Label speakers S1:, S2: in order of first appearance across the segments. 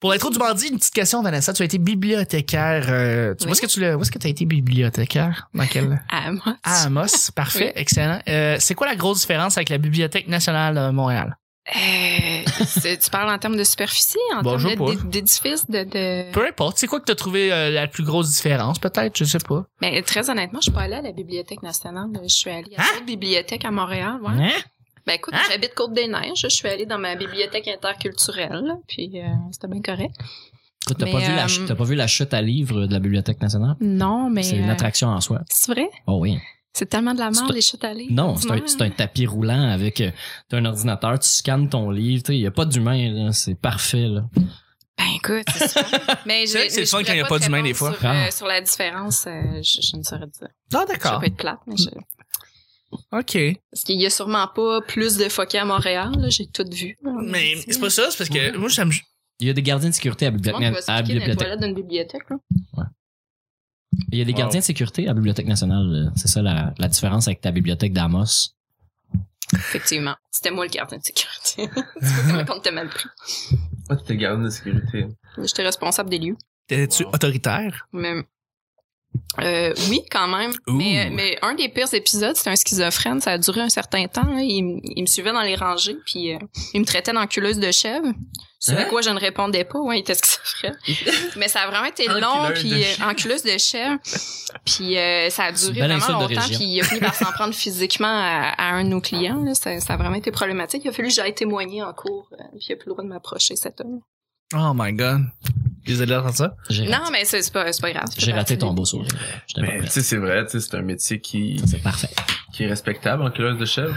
S1: Pour l'intro du bandit, une petite question, Vanessa. Tu as été bibliothécaire. euh, tu,
S2: Oui.
S1: Où est-ce que tu l'as- où est-ce que as été bibliothécaire? Dans quelle?
S2: Ah, moi.
S1: À Amos. Parfait. Excellent. Euh, c'est quoi la grosse différence avec la Bibliothèque nationale de Montréal?
S2: Euh, c'est- tu parles en termes de superficie, en
S1: Bon, je sais
S2: termes
S1: pas.
S2: de- d'é- d'édifice, de, de...
S1: Peu importe. C'est quoi que tu as trouvé euh, la plus grosse différence, peut-être? Je sais pas.
S2: Ben, très honnêtement, je suis pas allée à la Bibliothèque nationale. Je suis allée à
S1: Hein?
S2: d'autres bibliothèques à Montréal. Ouais.
S1: Hein?
S2: Ben écoute,
S1: Hein?
S2: j'habite Côte-des-Neiges. Je suis allée dans ma bibliothèque interculturelle, là, puis euh, c'était bien correct.
S3: Écoute, T'as
S2: Mais,
S3: pas, vu la
S2: euh,
S3: ch- t'as pas vu la chute à livres de la Bibliothèque nationale?
S2: Non, mais...
S3: C'est une
S2: euh,
S3: attraction en soi.
S2: c'est vrai?
S3: Oh oui.
S2: C'est tellement de la merde,
S3: C'est-
S2: les chutes allées.
S3: Non, c'est un, c'est un tapis roulant avec euh, t'as un ordinateur, tu scannes ton livre, tu sais, il n'y a pas d'humain, là, c'est parfait. Là.
S2: Ben écoute, c'est ça. Mais
S1: C'est vrai que c'est
S2: mais
S1: le fun
S2: pourrais
S1: quand il y a pas
S2: te
S1: d'humain,
S2: répondre
S1: des fois.
S2: Sur, euh,
S3: Ah.
S2: sur la différence, euh, je, je ne saurais dire.
S1: Ah,
S2: Je vais
S1: d'accord.
S2: pas être plate, mais je...
S1: OK.
S2: Parce qu'il y a sûrement pas plus de foquets à Montréal, là, j'ai tout vu.
S1: Mais c'est pas ça, c'est parce que moi, j'aime.
S3: Il y a des gardiens de sécurité à la
S2: Comment on va
S3: bibliothèque.
S2: se
S3: à la
S2: piquer dans les
S3: bibliothèque.
S2: toilettes d'une bibliothèque, là?
S3: Il y a des
S1: Wow.
S3: gardiens de sécurité à la Bibliothèque nationale. euh, C'est ça la, la différence avec ta bibliothèque d'Amos.
S2: Effectivement. C'était moi le gardien de sécurité. c'est pas comme quand on t'a mal pris.
S4: Ah, tu t'es gardien de sécurité.
S2: J'étais responsable des lieux.
S1: T'es-tu
S4: Wow.
S1: autoritaire?
S2: Mais, euh, oui, quand même.
S1: Ouh.
S2: Mais, euh, mais un des pires épisodes, c'était un schizophrène. Ça a duré un certain temps. là. Il, m- il me suivait dans les rangées, puis euh, il me traitait d'enculeuse de chèvre. Sur
S4: Hein?
S2: quoi je ne répondais pas. Ouais, il était schizophrène. mais ça a vraiment été long,
S4: Enculeuse de
S2: puis
S4: chèvre.
S2: euh, enculeuse de chèvre. Puis euh, ça a
S3: C'est une
S2: duré
S3: belle
S2: vraiment
S3: insulte de
S2: longtemps,
S3: région.
S2: puis il a fini par s'en prendre physiquement à, à un de nos clients. là. Ça, ça a vraiment été problématique. Il a fallu que j'aille témoigner en cours, euh, puis il a plus le droit de m'approcher cet homme.
S1: Oh my God. Désolé d'entendre ça.
S3: J'ai
S2: Non,
S3: raté-
S2: mais c'est c'est pas, c'est pas grave.
S3: j'ai raté ton beau sourire. J'étais pas
S4: Mais tu
S3: prêt.
S4: sais, c'est vrai, tu sais, c'est un métier qui,
S3: C'est parfait.
S4: qui est respectable en culotte de chèvre.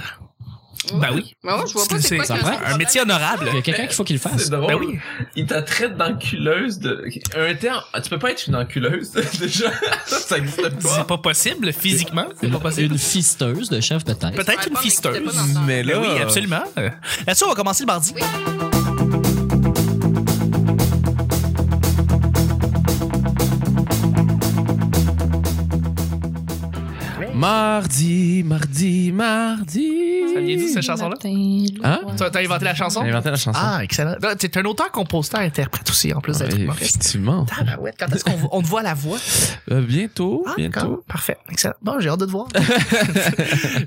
S1: Ben oui.
S2: Ben ouais, je vois pas c'est quoi
S3: ça
S2: que
S3: prend
S2: le
S1: un
S2: problème.
S1: métier honorable.
S3: Il y a quelqu'un qu'il faut qu'il le
S5: Ah,
S3: fasse.
S4: C'est drôle.
S1: Ben oui.
S4: Il te traite d'enculeuse de. Un terme. Tu peux pas être une enculeuse, déjà. ça existe pas.
S1: C'est pas possible physiquement. C'est
S3: Une,
S1: pas possible.
S3: une fisteuse de chef peut-être.
S1: Peut-être une
S2: Ouais,
S1: fisteuse.
S2: mais c'était pas dans
S4: Mais
S1: Ben
S4: là.
S1: oui, absolument. Euh, Là-dessus, on va commencer le mardi.
S2: Oui.
S5: Mardi, mardi, mardi.
S1: Ça vient d'où, cette chanson-là?
S2: Ah.
S5: Hein?
S1: T'as t'as inventé la chanson?
S5: J'ai inventé la chanson.
S1: Ah, excellent. Non, T'es un auteur, compositeur, interprète aussi, en plus
S5: Ouais,
S1: d'être humoriste.
S5: effectivement.
S1: Tabarouette, quand est-ce qu'on vo- on te voit la voix?
S5: Euh, bientôt,
S1: Ah,
S5: bientôt.
S1: d'accord. Parfait. Excellent. Bon, j'ai hâte de te voir.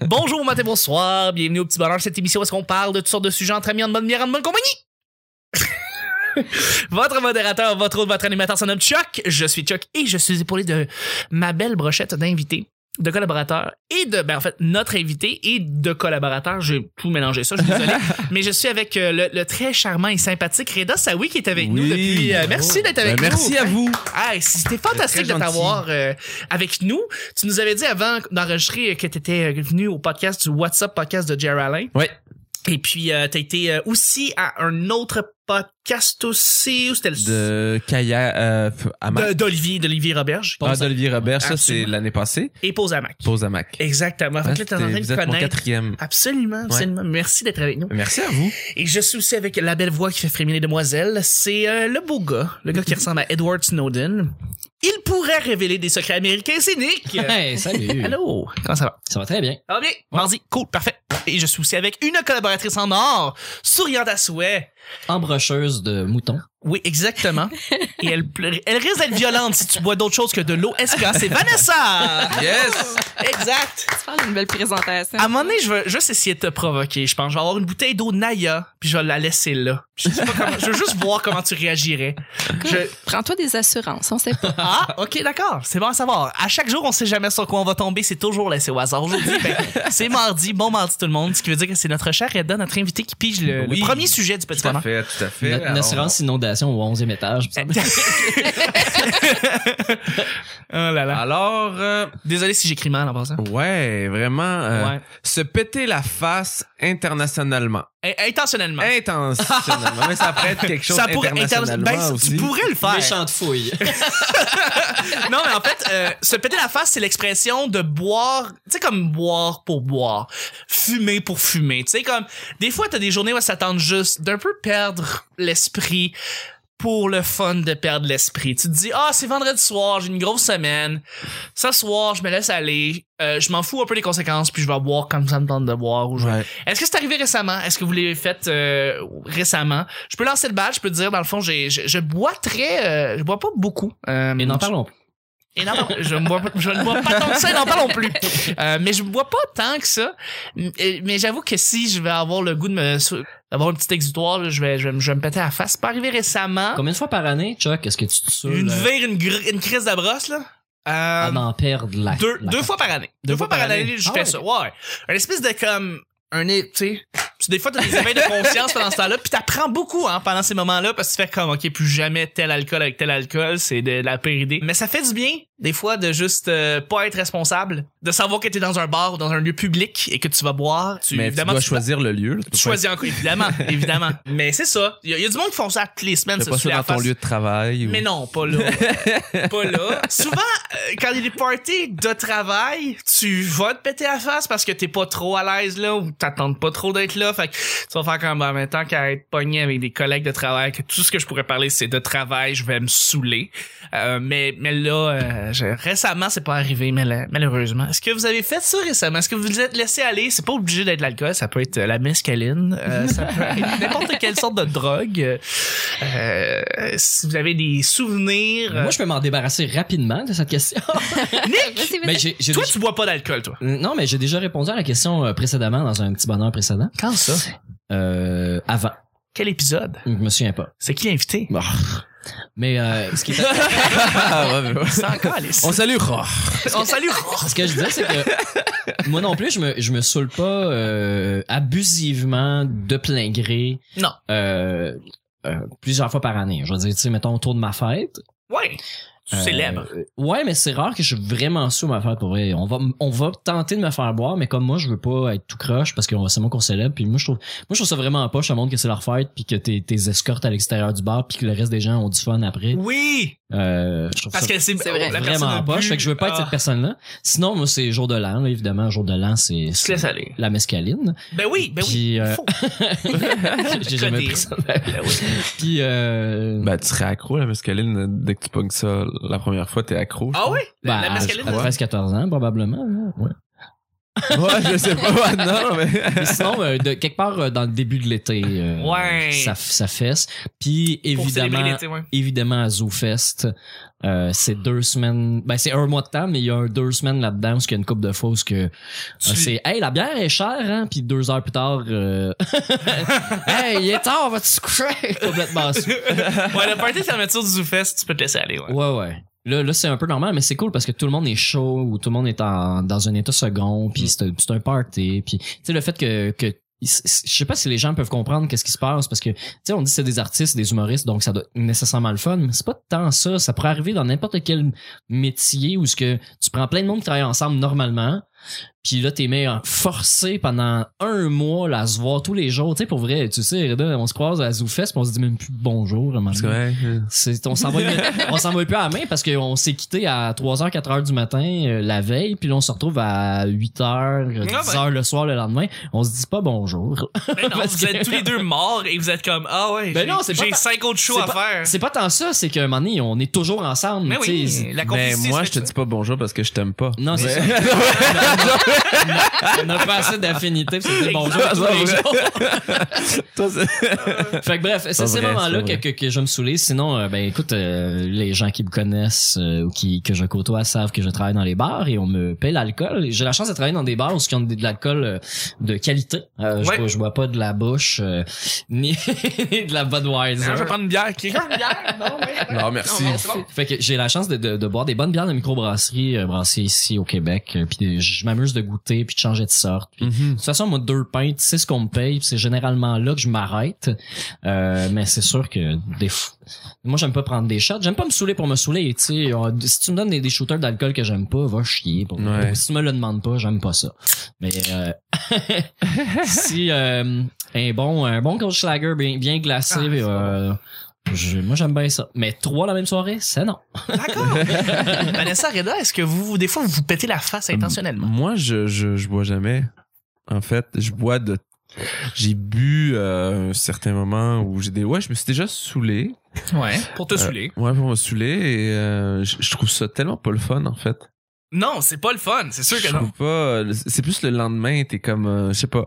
S1: Bonjour, bon matin, bonsoir. Bienvenue au Petit Bonheur. Cette émission où est-ce qu'on parle de toutes sortes de sujets entre amis, en bonne bière, en bonne compagnie. votre modérateur, votre autre, votre animateur se nomme Chuck. Je suis Chuck et je suis épaulé de ma belle brochette d'invités de collaborateurs et de ben en fait notre invité et de collaborateurs j'ai tout mélangé ça je suis désolé mais je suis avec euh, le, le très charmant et sympathique Reda Sawi qui est avec nous
S5: Oui.
S1: depuis euh, merci d'être avec
S5: Ben,
S1: nous
S5: merci à vous.
S1: ah, c'était fantastique
S5: Très
S1: de
S5: gentil.
S1: t'avoir euh, avec nous. Tu nous avais dit avant d'enregistrer que tu étais venu au podcast du WhatsApp podcast de Jerry Allen.
S5: Ouais.
S1: Et puis, euh, tu as été euh, aussi à un autre podcast aussi, où c'était le...
S5: De Kaya euh, p- Hamac.
S1: de- d'Olivier, d'Olivier Roberge.
S5: Ah, d'Olivier Robert, ça c'est
S1: Absolument.
S5: l'année passée.
S1: Et Pose à Mac.
S5: Pause à Mac.
S1: Exactement. Fait que là, t'es en train de
S5: Ah, vous êtes mon
S1: connaître.
S5: quatrième.
S1: Absolument, absolument. Merci d'être avec nous.
S5: Merci à vous.
S1: Et je suis aussi avec la belle voix qui fait frémir les demoiselles. C'est euh, le beau gars, le gars qui ressemble à Edward Snowden. Il pourrait révéler des secrets américains cyniques.
S3: Hey, salut.
S1: Allô, comment ça va?
S3: Ça va très bien.
S1: Ah bien, mardi, cool, parfait. Et je suis aussi avec une collaboratrice en or, souriante à souhait.
S3: Embrocheuse de mouton.
S1: Oui, exactement. Et elle, pleure- elle risque d'être violente si tu bois d'autres choses que de l'eau SK. C'est Vanessa!
S5: Yes.
S1: Exact.
S2: Tu parles d'une belle présentation.
S1: À un moment donné, je veux juste essayer de te provoquer, je pense. Je vais avoir une bouteille d'eau Naya, puis je vais la laisser là. Je, sais pas comment- je veux juste voir comment tu réagirais. Je-
S2: Prends-toi des assurances, on sait pas.
S1: Ah, ok, d'accord. C'est bon à savoir. À chaque jour, on sait jamais sur quoi on va tomber. C'est toujours laissé au hasard. Aujourd'hui, ben, c'est mardi. Bon mardi tout le monde. Ce qui veut dire que c'est notre cher Edda, notre invité, qui pige le, le
S5: Oui.
S1: premier sujet du petit
S5: Tout à
S1: bonheur.
S5: fait, tout à fait.
S3: Une, une
S5: Alors,
S3: assurance inondation au 11e étage.
S1: oh Oh là là.
S5: Alors, euh,
S1: Désolé si j'écris mal en passant.
S5: ouais, vraiment. euh,
S1: Ouais.
S5: Se péter la face internationalement.
S1: Eh, Intentionnellement.
S5: Intentionnellement. Mais ça pourrait être quelque chose
S1: Ça pourrait
S5: internationalement
S1: interna- ben,
S5: aussi.
S1: Tu pourrais le faire.
S3: Méchante fouille.
S1: Non, mais en fait, euh, se péter la face, c'est l'expression de boire, tu sais, comme boire pour boire, fumer pour fumer. Tu sais, comme, des fois, t'as des journées où ça tente juste d'un peu perdre l'esprit, pour le fun de perdre l'esprit. Tu te dis, ah, c'est vendredi soir, j'ai une grosse semaine. Ce soir, je me laisse aller. Euh, je m'en fous un peu des conséquences, puis je vais boire comme ça me tente de boire. Ou je-
S5: Ouais.
S1: Est-ce que c'est arrivé récemment? Est-ce que vous l'avez fait euh, récemment? Je peux lancer le bal, je peux te dire, dans le fond, j'ai, je, je bois très... euh, je bois pas beaucoup. Euh,
S3: Mais n'en parlons plus.
S1: et non, je ne bois pas, je ne bois pas tant que ça, n'en parlons plus. Euh, mais je bois pas tant que ça. M- et- Mais j'avoue que si je vais avoir le goût de me sou- d'avoir une petite exutoire, là, je vais, je vais, me- je vais me péter à la face. C'est pas arrivé récemment.
S3: Combien de fois par année, Chuck, est-ce que tu te saoules
S1: une
S3: euh,
S1: vire, une, gr- une crise de brosse, là. Euh,
S3: à en perdre
S5: Ah,
S3: la
S1: deux,
S3: la-
S1: deux fois par année. Deux, fois, par année, je
S3: Ah
S1: fais
S3: ouais.
S1: ça. Ouais. Un espèce de comme un é- tu sais, tu- des fois t'as des éveils de conscience pendant ce temps-là, puis t'apprends beaucoup hein, pendant ces moments-là parce que tu fais comme ok plus jamais tel alcool avec tel alcool, c'est de la pire idée. Mais ça fait du bien des fois de juste euh, pas être responsable, de savoir que t'es dans un bar ou dans un lieu public et que tu vas boire. Tu,
S5: Mais tu
S1: évidemment
S5: dois
S1: tu-
S5: choisir le lieu. là. Tu peux
S1: tu choisis encore évidemment, évidemment. Mais c'est ça. Il y, a- il y a du monde qui font ça toutes les
S5: pas-
S1: semaines.
S5: tu fais pas
S1: se
S5: ça
S1: saouler à
S5: dans
S1: la
S5: ton
S1: face.
S5: lieu de travail. ou-
S1: Mais non, pas là. pas là. Souvent, euh, quand il y a des parties de travail, tu vas te péter la face parce que t'es pas trop à l'aise là ou t'attends pas trop d'être là. Fait que tu vas faire comme en même temps qu'à être pogné avec des collègues de travail, que tout ce que je pourrais parler c'est de travail, je vais me saouler. Euh, mais, mais là, euh, je- récemment, c'est pas arrivé, mais là- malheureusement. Est-ce que vous avez fait ça récemment? Est-ce que vous vous êtes laissé aller? C'est pas obligé d'être l'alcool, ça peut être euh, la mescaline, euh, ça peut être n'importe quelle sorte de drogue. Euh, euh, si vous avez des souvenirs...
S3: Moi, je peux m'en débarrasser rapidement de cette question.
S1: euh, Nick!
S2: Vas-y, vas-y.
S3: mais j'ai, j'ai
S1: Toi,
S3: déjà- Mm,
S1: tu bois pas d'alcool, toi.
S3: Non, mais j'ai déjà répondu à la question euh, précédemment dans un petit bonheur précédent.
S1: Quand ça?
S3: Euh, avant.
S1: Quel épisode?
S3: Je me souviens pas.
S1: C'est qui l'invité?
S3: Bon. Mais euh, ce, qui est-
S5: Ah, ouais, ouais.
S1: C'est encore Alice.
S5: On salue Roch.
S1: On salue.
S3: ce que je disais, c'est que moi non plus, je me, je me saoule pas euh, abusivement de plein gré.
S1: Non.
S3: euh, euh, plusieurs fois par année. Je veux dire, tu sais, mettons autour de ma fête.
S1: Ouais. Tu
S3: Euh,
S1: célèbres.
S3: euh, Ouais, mais c'est rare que je suis vraiment sous ma fête pour vrai. On va, on va tenter de me faire boire, mais comme moi, je veux pas être tout croche parce que c'est moi qu'on célèbre. Puis moi, je trouve, moi, je trouve ça vraiment poche. Ça montre que c'est leur fête, puis que t'es, t'es escortes à l'extérieur du bar, puis que le reste des gens ont du fun après.
S1: Oui!
S3: Euh, je trouve
S1: Parce
S3: ça
S1: que c'est
S2: C'est vrai.
S1: la personne a
S3: vraiment poche.
S1: bu.
S3: Fait que je veux pas être
S1: Ah.
S3: cette personne-là. Sinon, moi, c'est jour de l'an. là, évidemment, jour de l'an, c'est,
S1: Ah. Tu te
S3: c'est
S1: laisses aller.
S3: la mescaline.
S1: Ben oui, ben oui.
S3: Puis, euh,
S1: Faut.
S3: j'ai jamais pris ça.
S1: Ben oui.
S3: Puis, euh,
S5: Ben, tu serais accro à la mescaline dès que tu pognes ça la première fois, t'es accro.
S1: Ah oui? La-
S3: ben,
S1: la
S3: à-
S1: mascaline,
S3: à,
S1: ouais.
S3: 13-14 ans, probablement. là, ouais.
S5: Ouais, je sais pas, non, mais.
S3: Mais sinon, euh, de, quelque part euh, dans le début de l'été, euh,
S1: Ouais.
S3: ça, ça fesse. Puis
S1: Pour célébrer
S3: évidemment, ah,
S1: l'été, Hmm. ouais.
S3: évidemment à ZooFest, euh, c'est deux semaines. Ben c'est un mois de temps, mais il y a un deux semaines là-dedans parce qu'il y a une coupe de fois où ce que euh,
S1: Tu-
S3: c'est hey la bière est chère hein, puis deux heures plus tard, euh, hey il est tard, va tu se coucher complètement. sous.
S1: ouais, le party de fermeture du ZooFest, tu peux te laisser aller, ouais.
S3: Ouais ouais. Là, là c'est un peu normal, mais c'est cool parce que tout le monde est chaud ou tout le monde est en, dans un état second, puis c'est un- c'est un party, puis tu sais le fait que que je sais pas si les gens peuvent comprendre qu'est-ce qui se passe parce que tu sais on dit que c'est des artistes, des humoristes donc ça doit être nécessairement le fun, mais c'est pas tant ça, ça pourrait arriver dans n'importe quel métier où ce que tu prends plein de monde qui travaille ensemble normalement. Puis là, t'es mis en- forcé pendant un mois là, à se voir tous les jours. Tu sais, pour vrai, tu sais, Reda, on se croise à Zoufest, puis on se dit même plus bonjour. à un moment donné. C'est- on s'envoie on s'envoie plus à la main parce qu'on s'est quitté à 3h 4h du matin euh, la veille puis là on se retrouve à 8h
S1: Ah Euh.
S3: 10h le soir le lendemain on se dit pas bonjour
S1: Mais Ben non,
S3: Oh, Parce
S1: vous
S3: que-
S1: êtes tous les deux morts et vous êtes comme, ah ouais,
S3: Ben
S1: j'ai-
S3: non, c'est pas
S1: j'ai
S3: par-
S1: cinq autres shows
S3: c'est
S1: à faire.
S3: c'est pas tant ça c'est qu'à un moment donné on est toujours ensemble
S1: Mais
S3: tu sais. ben
S1: oui, la
S5: Mais
S1: complicité.
S5: moi,
S1: se
S5: je te
S1: fait-
S5: dis pas bonjour parce que je t'aime pas.
S3: non c'est ça on a pas assez d'affinité pour se dire bonjour
S5: Exact.
S3: tous les
S5: C'est
S3: jours.
S5: Toi, c'est-
S3: Fait que bref, c'est ces
S5: vrai,
S3: moments-là que,
S5: c'est
S3: que, que je me saoulais. Sinon, euh, ben écoute, euh, les gens qui me connaissent euh, ou qui que je côtoie savent que je travaille dans les bars et on me paye l'alcool. J'ai la chance de travailler dans des bars où ils ont de de l'alcool euh, de qualité. Euh, je,
S1: Ouais.
S3: bois- je bois pas de la bouche euh, ni, ni de la Budweiser.
S1: Ah, Je vais prendre une bière. Quelqu'un?
S5: Non, merci.
S2: Non, mais c'est bon.
S3: Fait que j'ai la chance de, de, de boire des bonnes bières de microbrasserie euh, brassées ici au Québec. Euh, Puis je m'amuse de goûter puis de changer de sorte. Puis
S5: Mhm.
S3: De toute façon, moi, deux pintes, c'est ce qu'on me paye, puis c'est généralement là que je m'arrête. Euh, mais c'est sûr que des fois, moi, j'aime pas prendre des shots, j'aime pas me saouler pour me saouler. Tu sais, euh, si tu me donnes des, des shooters d'alcool que j'aime pas, va chier. Pour
S5: Ouais.
S3: Si tu me le demandes pas, j'aime pas ça. Mais euh, si euh, un bon, un bon coach Schlager bien, bien glacé,
S1: Ah, c'est
S3: euh, je- moi, j'aime bien ça. Mais trois la même soirée, c'est non.
S1: D'accord. Vanessa Reda, est-ce que vous, des fois, vous vous pétez la face intentionnellement?
S5: Moi, je, je, je bois jamais. En fait, je bois de. J'ai bu euh, un certain moment où j'ai des. Ouais, je me suis déjà saoulé.
S1: Ouais. Pour te
S5: Euh,
S1: saouler.
S5: Ouais, pour me saouler. Et euh, je je trouve ça tellement pas le fun, en fait.
S1: Non, c'est pas le fun. C'est sûr
S5: je
S1: que
S5: trouve
S1: non.
S5: pas. euh, C'est plus le lendemain, t'es comme. euh, je sais pas.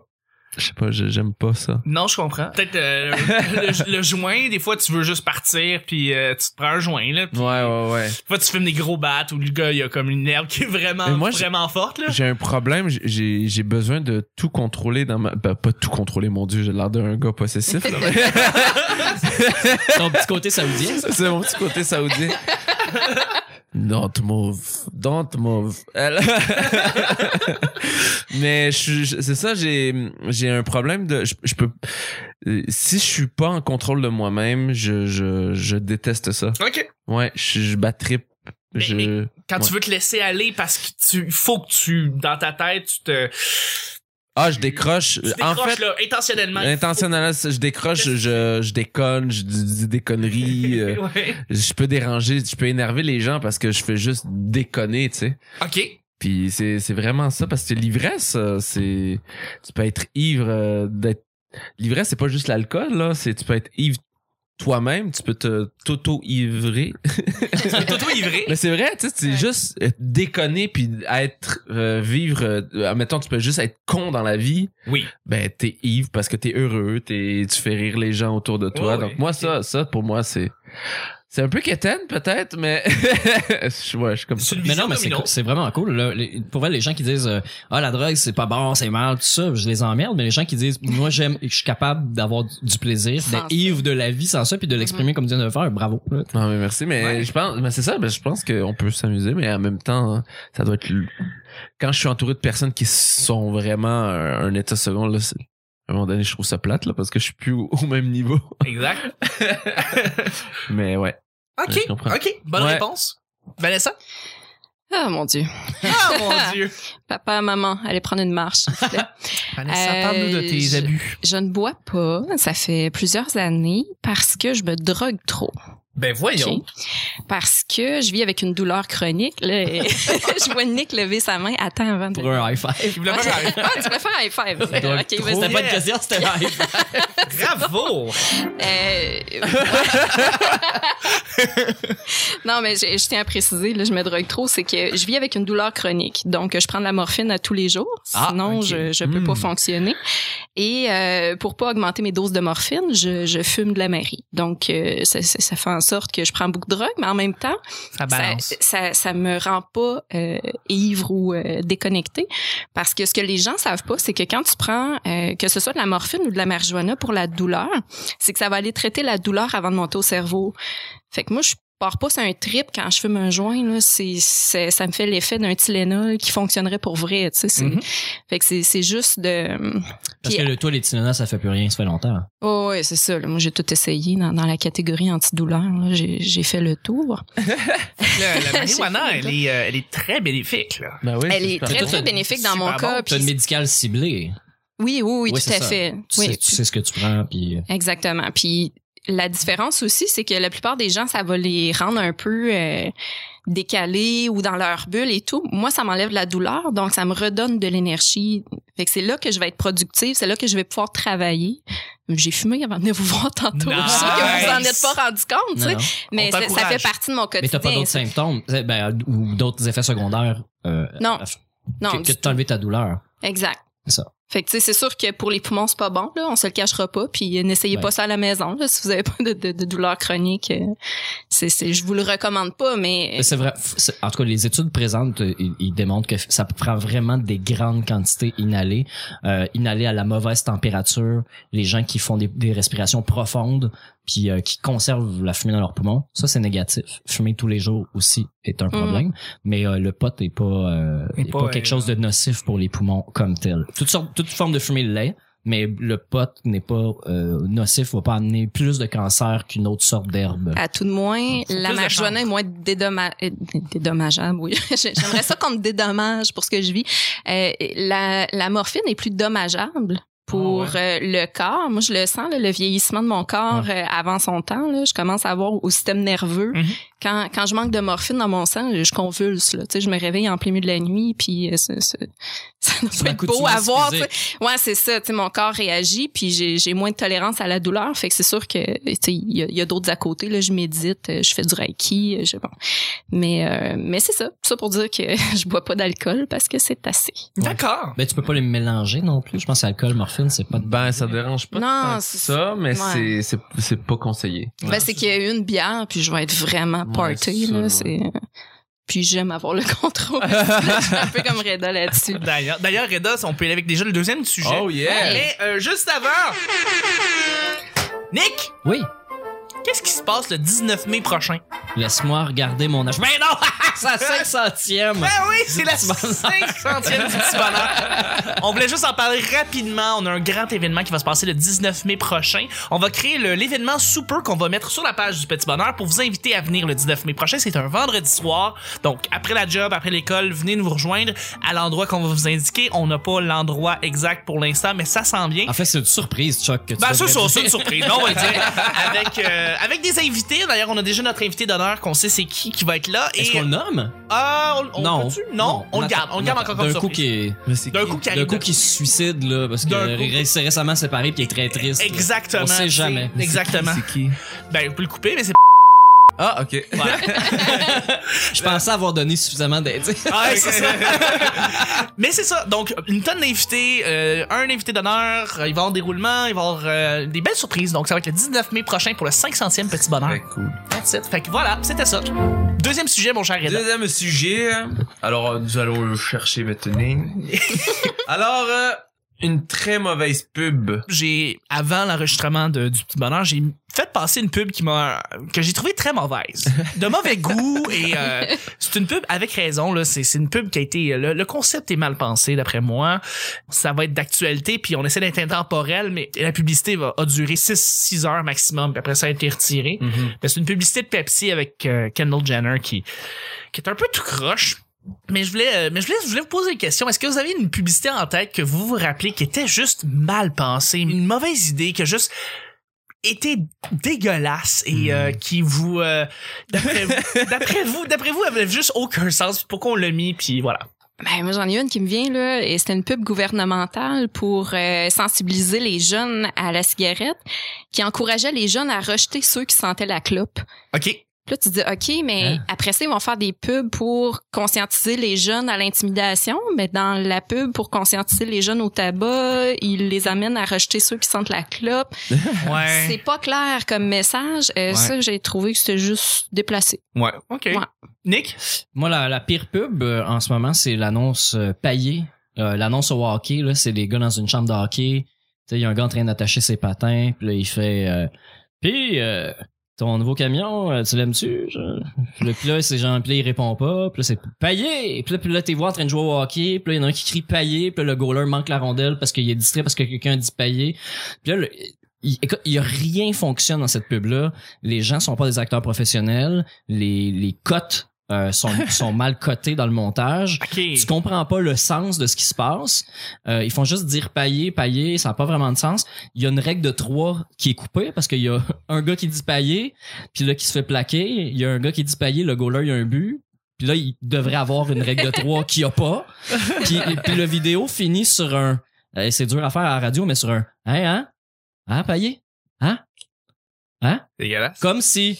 S5: Je sais pas, je- j'aime pas ça.
S1: Non, je comprends. Peut-être euh, le, le joint, des fois, tu veux juste partir, puis euh, tu te prends un joint, là. Puis,
S5: Ouais, ouais, ouais.
S1: Des fois, tu filmes des gros battes où le gars, il y a comme une herbe qui est vraiment,
S5: Mais moi, j'ai-
S1: vraiment forte, là.
S5: J'ai un problème, j'ai- j'ai j'ai besoin de tout contrôler dans ma. Ben, pas tout contrôler, mon dieu, j'ai l'air d'un gars possessif. là.
S3: Ton petit côté saoudien.
S5: Ça, C'est mon petit côté saoudien. Don't move, don't move. Elle- Mais je suis- je- c'est ça, j'ai j'ai un problème de je, je peux euh, si je suis pas en contrôle de moi-même, je, je, je déteste ça.
S1: OK.
S5: Ouais, je, je bad trip.
S1: Mais-
S5: je...
S1: mais- Quand tu
S5: Ouais.
S1: veux te laisser aller parce que tu, il faut que tu, dans ta tête, tu te,
S5: Ah, je décroche.
S1: tu
S5: en
S1: décroches,
S5: fait,
S1: là, intentionnellement.
S5: intentionnellement, je décroche, je, je déconne, je dis dis des conneries. euh,
S1: Ouais.
S5: je peux déranger, je peux énerver les gens parce que je fais juste déconner, tu sais.
S1: OK.
S5: Puis c'est c'est vraiment ça parce que l'ivresse euh, c'est tu peux être ivre euh, d'être l'ivresse c'est pas juste l'alcool là, c'est tu peux être ivre toi-même, tu peux te t'auto-ivrer.
S1: Toto ivré.
S5: Mais c'est vrai, tu sais, c'est
S2: Ouais.
S5: juste euh, déconner puis être euh, vivre euh, admettons tu peux juste être con dans la vie,
S1: Oui.
S5: ben t'es ivre parce que t'es heureux, t'es tu fais rire les gens autour de toi.
S1: Ouais,
S5: Donc
S1: ouais.
S5: moi ça ça pour moi c'est c'est un peu quétaine peut-être mais je ouais, je suis comme ça.
S1: C'est une
S3: Mais
S1: vision
S3: non,
S1: comme
S3: mais c'est
S1: une
S3: cool-
S1: autre.
S3: c'est vraiment cool. là. Les- pour vrai, les gens qui disent euh, Ah, la drogue, c'est pas bon, c'est mal, tout ça, je les emmerde. Mais les gens qui disent Moi, j'aime, je suis capable d'avoir du, du plaisir,
S2: Sans
S3: d'être
S2: ça. Mm-hmm.
S3: ivre de la vie sans ça, puis de l'exprimer comme tu viens de le faire, bravo. là.
S5: Non, mais merci, mais
S1: Ouais.
S5: je pense, mais c'est ça, ben, je pense qu'on peut s'amuser, mais en même temps, ça doit être. l- Quand je suis entouré de personnes qui sont vraiment un, un état second, là, c'est- à un moment donné, je trouve ça plate, là, parce que je suis plus au, au même niveau.
S1: Exact.
S5: Mais ouais.
S1: OK.
S5: Ouais, je comprends.
S1: OK. Bonne
S5: Ouais.
S1: réponse. Vanessa?
S2: Ah, mon Dieu.
S1: Ah,
S2: Oh,
S1: mon Dieu.
S2: Papa, maman, allez prendre une marche, s'il vous plaît.
S1: Vanessa,
S2: Euh,
S1: parle-nous de tes
S2: je-
S1: abus.
S2: Je ne bois pas, ça fait plusieurs années, parce que je me drogue trop.
S1: Ben, voyons.
S2: OK? Parce que je vis avec une douleur chronique. là, et je vois Nick lever sa main. Attends avant de...
S3: Pour un high five.
S1: Il voulait
S2: Ah,
S1: pas faire-
S2: tu peux faire un high five. Ok,
S3: Donc,
S2: vas-y.
S3: trop- c'était pas
S1: Yeah.
S3: une question, c'était un high five.
S1: Bravo!
S2: Euh, non, mais je, je tiens à préciser, là, je me drogue trop, c'est que je vis avec une douleur chronique. Donc, je prends de la morphine à tous les jours.
S3: Ah,
S2: Sinon,
S3: ok.
S2: je, je peux
S5: Hmm.
S2: pas fonctionner. Et euh, pour pas augmenter mes doses de morphine, je, je fume de la mairie. Donc, euh, ça, ça- ça fait en sorte que je prends beaucoup de drogue, mais en même temps,
S1: Ça balance.
S2: ça, ça, ça me rend pas euh, ivre ou euh, déconnectée. Parce que ce que les gens savent pas, c'est que quand tu prends, euh, que ce soit de la morphine ou de la marijuana pour la douleur, c'est que ça va aller traiter la douleur avant de monter au cerveau. Fait que moi, je pars pas sur un trip quand je fume un joint. Là, c'est, c'est- ça me fait l'effet d'un Tylenol qui fonctionnerait pour vrai. Tu sais, c'est,
S1: Mhm.
S2: Fait que c'est, c'est juste de...
S3: Parce
S2: Puis-
S3: que le, toi, les Tylenol, ça fait plus rien, ça fait longtemps.
S2: Oh ouais, c'est ça. là. Moi, j'ai tout essayé dans, dans la catégorie antidouleur. là. J'ai, j'ai fait le tour.
S1: La, la marijuana,
S2: J'ai
S1: elle est, euh, elle est très bénéfique, là.
S5: Ben oui,
S2: Elle est très, très bénéfique dans mon
S1: Super
S2: cas.
S1: bon.
S3: T'as
S2: puis
S3: une médicale ciblée.
S2: Oui, oui, oui,
S3: Oui,
S2: tout
S3: c'est
S2: à
S3: ça.
S2: fait.
S3: Tu,
S2: oui,
S3: sais, tu sais ce que tu prends, puis. euh,
S2: exactement. Puis la différence aussi, c'est que la plupart des gens, ça va les rendre un peu euh, décalés ou dans leur bulle et tout. Moi, ça m'enlève de la douleur, donc ça me redonne de l'énergie. Fait que c'est là que je vais être productive, c'est là que je vais pouvoir travailler. J'ai fumé avant de venir vous voir tantôt. Je suis sûre que vous en
S1: Nice.
S2: êtes pas rendu compte, tu
S3: non,
S2: sais.
S3: non.
S2: Mais
S1: On
S2: ça, ça
S1: t'encourage.
S2: fait partie de mon
S3: Mais t'as
S2: quotidien.
S3: pas d'autres
S2: ça.
S3: symptômes euh, ben, ou d'autres effets secondaires euh,
S2: Non, non,
S3: que, que
S2: du
S3: de t'enlever ta douleur.
S2: Exact.
S3: C'est ça.
S2: Fait que tu sais, c'est sûr que pour les poumons, c'est pas bon, là, on se le cachera pas. Puis euh, n'essayez
S3: Ouais.
S2: pas ça à la maison, là, si vous avez pas de, de, de douleur chronique. euh, C'est, c'est, je vous le recommande pas, mais
S3: Mais C'est vrai. f- c'est- En tout cas, les études présentes, euh, ils, ils démontrent que f- ça prend vraiment des grandes quantités inhalées, euh, inhalées à la mauvaise température. Les gens qui font des, des respirations profondes, puis euh, qui conservent la fumée dans leurs poumons, ça c'est négatif. Fumer tous les jours aussi est un problème, mais euh, le pot est pas, euh,
S1: Et
S3: est
S1: Mm. pas,
S3: pas, quelque
S1: euh,
S3: chose de nocif pour les poumons comme tel. Toute sorte, toute forme de fumée l'est. Mais le pot n'est pas euh, nocif, va pas amener plus de cancer qu'une autre sorte d'herbe.
S2: à tout de moins, la
S1: de
S2: marijuana
S1: chance.
S2: est moins dédommage, dédommageable. Oui, j'aimerais ça qu'on me dédommage pour ce que je vis. Euh, la, la morphine est plus dommageable. Pour
S1: Ah
S2: euh, le corps, moi je le sens, là, le vieillissement de mon corps euh, avant son temps, là, je commence à avoir au système nerveux
S1: Mhm.
S2: Quand, quand je manque de morphine dans mon sang, je convulse. Là. Tu sais, Je me réveille en plein milieu de la nuit, puis euh, c'est- c'est- ça doit
S3: C'est
S2: pas
S3: un
S2: être
S3: coup de
S2: beau à
S3: source,
S2: voir. tu
S3: excusez.
S2: sais. Ouais, c'est ça. Tu sais, mon corps réagit, puis j'ai j'ai moins de tolérance à la douleur. Fait que c'est sûr que tu sais, il y a, il y a d'autres à côté. Là, je médite, euh, je fais du reiki, euh, je bon. Mais euh, mais c'est ça. Ça pour dire que je bois pas d'alcool parce que c'est assez.
S1: D'accord.
S3: Ben, tu peux pas les mélanger non plus. Je pense que alcool, morphine, c'est pas de
S5: Ben, ça dérange pas
S2: Non,
S5: tant que
S2: c'est-
S5: ça, mais
S2: ouais.
S5: c'est- c'est c'est pas conseillé.
S2: ben, c'est qu'il y a une bière, puis je vais être vraiment
S5: Ouais,
S2: party.
S5: c'est ça,
S2: là,
S5: ouais.
S2: c'est... euh, Puis j'aime avoir le contrôle. je suis un peu comme Reda là-dessus.
S1: D'ailleurs, d'ailleurs, Reda, on peut aller avec déjà le deuxième sujet.
S5: Oh yeah!
S1: Mais euh, juste avant, Nick,
S3: Oui.
S1: qu'est-ce qui se passe le 19 mai prochain?
S3: Laisse-moi regarder mon âge. Ben non! C'est la 500e!
S1: Ben oui, c'est la 500e du petit bonheur. On voulait juste en parler rapidement. On a un grand événement qui va se passer le 19 mai prochain. On va créer le- l'événement Super qu'on va mettre sur la page du Petit Bonheur pour vous inviter à venir le 19 mai prochain. C'est un vendredi soir. Donc, après la job, après l'école, venez nous rejoindre à l'endroit qu'on va vous indiquer. On n'a pas l'endroit exact pour l'instant, mais ça sent bien.
S3: En fait, c'est une surprise, Chuck. Que Ah, tu
S1: Ben, ça,
S3: devrais
S1: ça,
S3: dire.
S1: c'est une surprise, non, on va le dire. Avec, euh, avec des invités. D'ailleurs, on a déjà notre invité d'honneur qu'on sait c'est qui qui va être là.
S3: Est-ce
S1: Et,
S3: qu'on le nomme?
S1: Ah, on- on
S3: non.
S1: peut-tu? Non, on le
S3: attend-
S1: garde. On le garde
S3: attend.
S1: encore comme
S3: D'un coup
S1: surprise.
S3: qui est-
S1: D'un coup qui
S3: D'un
S1: arrive.
S3: coup qui se suicide, là, parce que
S1: D'un coup-
S3: ré- c'est récemment séparé puis il est très triste. là.
S1: Exactement.
S3: On sait
S1: c'est-
S3: jamais.
S1: Exactement.
S5: C'est qui?
S1: Ben, on peut le couper, mais c'est
S5: Ah, ok.
S3: Je pensais avoir donné suffisamment d'aide.
S1: Ah, ouais, c'est ça. Mais c'est ça. Donc, une tonne d'invités, euh, un invité d'honneur, euh, il va y avoir des roulements, il va y avoir euh, des belles surprises. Donc, ça va être le 19 mai prochain pour le 500e Petit Bonheur.
S5: Très cool.
S1: That's it. Fait que voilà, c'était ça. Deuxième sujet, mon cher Reda.
S5: Deuxième sujet. Alors, euh, nous allons le chercher maintenant. Alors, euh, une très mauvaise pub.
S1: J'ai, avant l'enregistrement de- du Petit Bonheur, j'ai fait passer une pub qui m'a, que j'ai trouvé très mauvaise. De mauvais goût et, euh, c'est une pub avec raison, là. C'est, c'est une pub qui a été, le, le concept est mal pensé, d'après moi. Ça va être d'actualité, puis on essaie d'être intemporel, mais la publicité va, a duré 6 heures maximum, puis après ça a été retiré.
S5: Mhm.
S1: Mais c'est une publicité de Pepsi avec euh, Kendall Jenner qui, qui est un peu tout croche. Mais je voulais, euh, mais je voulais, je voulais vous poser une question. Est-ce que vous avez une publicité en tête que vous vous rappelez qui était juste mal pensée, une mauvaise idée, qui a juste été dégueulasse et euh, qui vous, euh, d'après vous, d'après vous, d'après vous, avait juste aucun sens. Pourquoi on l'a mis Puis voilà.
S2: Ben, moi, j'en ai une qui me vient, là, et c'était une pub gouvernementale pour euh, sensibiliser les jeunes à la cigarette, qui encourageait les jeunes à rejeter ceux qui sentaient la clope.
S1: Ok.
S2: Puis Là, tu dis, OK, mais
S3: Hein?
S2: après ça, ils vont faire des pubs pour conscientiser les jeunes à l'intimidation, mais dans la pub pour conscientiser les jeunes au tabac, ils les amènent à rejeter ceux qui sentent la clope. C'est
S1: Ouais.
S2: pas clair comme message. Euh,
S1: Ouais.
S2: Ça, j'ai trouvé que c'était juste déplacé.
S1: Ouais. Ok.
S2: Ouais.
S1: Nick.
S3: Moi, la, la pire pub euh, en ce moment, c'est l'annonce euh, paillée. Euh, l'annonce au hockey, là, c'est des gars dans une chambre de hockey. Tu sais, Il y a un gars en train d'attacher ses patins, puis là, il fait euh, Puis, euh, ton nouveau camion, euh, tu l'aimes-tu? Je- je- le- Puis là, c'est genre, puis là, il répond pas, puis là, c'est paillé! Puis là, puis là t'es voir en train de jouer au hockey, puis là, il y en a un qui crie paillé, puis là, le goaler manque la rondelle parce qu'il est distrait parce que quelqu'un dit paillé. Puis là, le- il, écoute, il y a rien fonctionne dans cette pub-là. Les gens sont pas des acteurs professionnels. Les, les cotes euh, sont, sont mal cotées dans le montage.
S1: Ok.
S3: Tu comprends pas le sens de ce qui se passe. Euh, ils font juste dire pailler, pailler, ça n'a pas vraiment de sens. Il y a une règle de trois qui est coupée parce qu'il y a un gars qui dit pailler, puis là qui se fait plaquer. Il y a un gars qui dit pailler, le goaler il a un but. Puis là, il devrait avoir une règle de trois qu'il n'y a pas. Puis, puis le vidéo finit sur un... euh, C'est dur à faire à la radio, mais sur un... Hein, hein? Hein, pailler? Hein? Hein?
S1: Dégueulasse.
S3: Comme si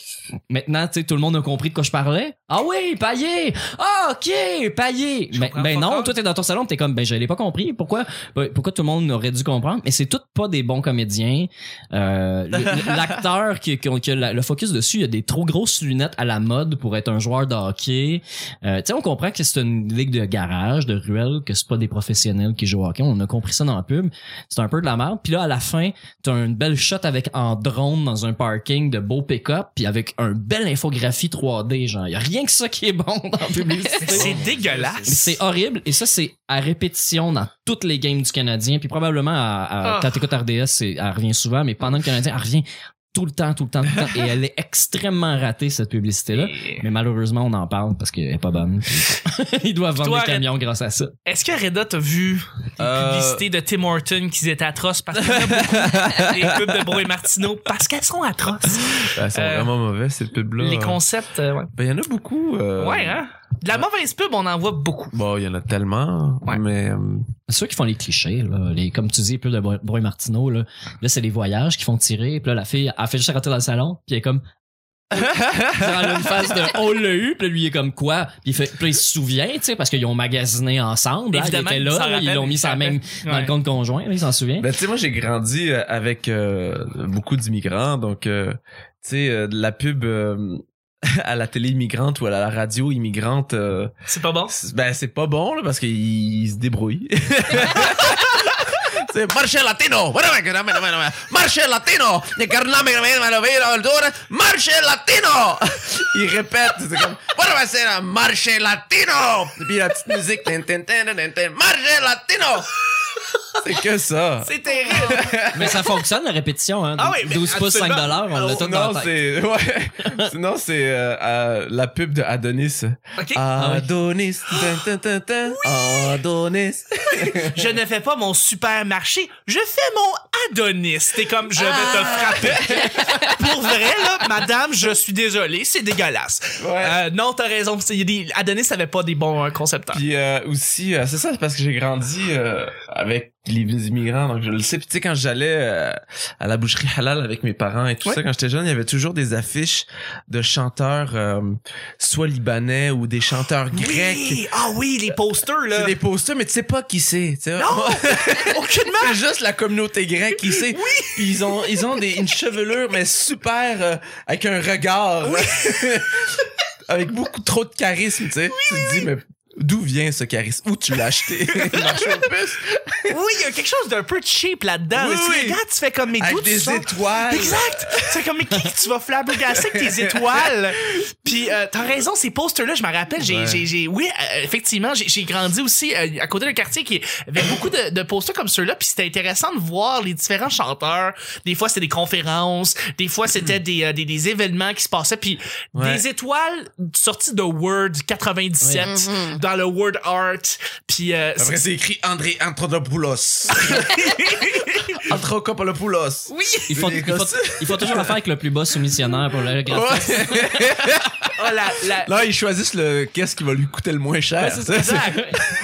S3: maintenant, tu sais, tout le monde a compris de quoi je parlais. Ah oui, paillé! Ah, ok, paillé!
S1: Je
S3: Mais
S1: comprends
S3: ben
S1: pas
S3: non,
S1: encore.
S3: toi, t'es dans ton salon, t'es comme, ben je l'ai pas compris. Pourquoi, ben, pourquoi tout le monde aurait dû comprendre? Mais c'est tout pas des bons comédiens. Euh, le- le- L'acteur qui, qui, qui a la- le focus dessus, il a des trop grosses lunettes à la mode pour être un joueur de hockey. Euh, tu sais, on comprend que c'est une ligue de garage, de ruelle, que c'est pas des professionnels qui jouent au hockey. On a compris ça dans la pub. C'est un peu de la merde. Puis là, à la fin, t'as une belle shot avec en drone dans un parking de beau pick-up, puis avec un belle infographie 3D, genre. Y a rien que ça qui est bon dans la
S1: C'est
S3: publicité. Mais
S1: dégueulasse.
S3: c'est horrible et ça c'est à répétition dans toutes les games du Canadien puis probablement à, à,
S1: Ah.
S3: quand t'écoutes RDS c'est- elle revient souvent mais pendant le Canadien elle revient tout le temps, tout le temps, tout le temps. Et elle est extrêmement ratée, cette publicité-là.
S1: Et-
S3: Mais malheureusement, on en parle parce qu'elle est pas bonne. Ils doivent vendre
S1: Toi,
S3: des camions grâce à ça.
S1: Est-ce que Reda t'a vu les
S5: Euh,
S1: publicités de Tim Horton qui étaient atroces parce qu'il y en a beaucoup les pubs de Bro et Martineau parce qu'elles sont atroces.
S5: Elles sont
S1: Euh,
S5: vraiment mauvaises, ces pubs-là.
S1: Les concepts, euh, ouais.
S5: Ben, il y en a beaucoup. euh,
S1: ouais, hein? De la mauvaise pub, on en voit beaucoup.
S5: Bon, il y en a tellement.
S1: Ouais.
S5: Mais. euh,
S3: Ceux qui font les clichés, là, les, comme tu dis, plus de Bro- Bruy Martineau, là, là c'est les voyages qui font tirer, puis là, la fille, elle fait juste rentrer dans le salon, puis elle est comme... Genre, elle a une phase de on l'a eu, puis là, lui il est comme quoi, puis il, fait, puis là, il se souvient, tu sais, parce qu'ils ont magasiné ensemble, hein, ils
S1: Évidemment,
S3: étaient
S1: il s'en
S3: là,
S1: rappelle,
S3: ils l'ont
S1: il
S3: mis
S1: s'en
S3: sur la
S1: rappelle.
S3: même, dans
S1: Ouais.
S3: le compte conjoint, là, il s'en souvient.
S5: Ben, tu sais, moi, j'ai grandi euh, avec euh, beaucoup d'immigrants, donc, euh, tu sais, euh, de la pub euh, à la télé immigrante ou à la radio immigrante, euh,
S1: C'est pas bon?
S5: c'est- ben, c'est pas bon, là, parce qu'ils ils se débrouillent. C'est marche latino, marche latino, marche latino. Ils répètent, c'est comme marche latino. Puis la petite musique, tin, tin, tin, tin, tin, tin, marche latino. C'est que ça.
S1: C'est terrible!
S3: Mais ça fonctionne, la répétition, hein.
S1: Ah oui, mais Oh
S3: 12 pouces, 5
S5: Absolument.
S3: dollars, on l'a tout dans
S5: Non,
S3: la tête.
S5: c'est ouais. Sinon c'est euh, euh, la pub de Adonis.
S1: OK?
S5: Ah.
S3: Ah oui.
S5: Adonis, tin, tin, tin, tin. Adonis.
S1: Je ne fais pas mon supermarché, je fais mon Adonis. T'es comme, je vais
S5: Ah.
S1: te frapper. Pour vrai, là, madame, je suis désolé, c'est dégueulasse.
S5: Ouais.
S1: Euh, non, t'as raison. c'est- il y a des- Adonis avait pas des bons euh, concepteurs.
S5: Puis euh, aussi euh, c'est ça c'est parce que j'ai grandi euh, avec les immigrants donc je le sais. Puis tu sais quand j'allais euh, à la boucherie halal avec mes parents et tout
S1: Ouais.
S5: ça quand j'étais jeune, il y avait toujours des affiches de chanteurs euh, soit libanais ou des chanteurs grecs.
S1: Oui! Ah oui, les posters, là.
S5: C'est des posters mais tu sais pas qui c'est, tu sais.
S1: Non! Aucunement!
S5: C'est juste la communauté grecque qui sait. Puis ils ont, ils ont des, une chevelure, mais super, euh, avec un regard. avec beaucoup trop de charisme, tu sais. tu te dis, mais d'où vient ce charisme? Où tu l'as acheté? Il marche aux puces.
S1: Oui, il y a quelque chose d'un peu cheap là-dedans.
S5: Oui,
S1: tu
S5: oui.
S1: regardes, tu fais comme mes
S5: Avec
S1: doutes.
S5: des étoiles.
S1: Exact! C'est comme, mais qui que tu vas flabbergasser avec tes étoiles? Puis, euh, t'as raison, ces posters-là, je me rappelle, j'ai,
S5: Ouais.
S1: j'ai, j'ai- oui, euh, effectivement, j'ai, j'ai grandi aussi euh, à côté d'un quartier qui avait beaucoup de, de posters comme ceux-là, puis c'était intéressant de voir les différents chanteurs. Des fois, c'était des conférences, des fois, c'était des, euh, des, des événements qui se passaient, puis
S5: Ouais.
S1: des étoiles sorties de Word 97 dans le Word Art, puis... euh,
S5: Après, c'est écrit André Antonopoulos. Antrocopolopoulos.
S1: oui!
S3: Il faut,
S5: Des
S3: il, faut,
S5: costumes.
S3: il faut toujours affaire avec le plus bas soumissionnaire pour le graphique.
S1: Oh, la, la,
S5: Là, ils choisissent le qu'est-ce qui va lui coûter le moins
S3: Ah,
S5: cher.
S1: Exact.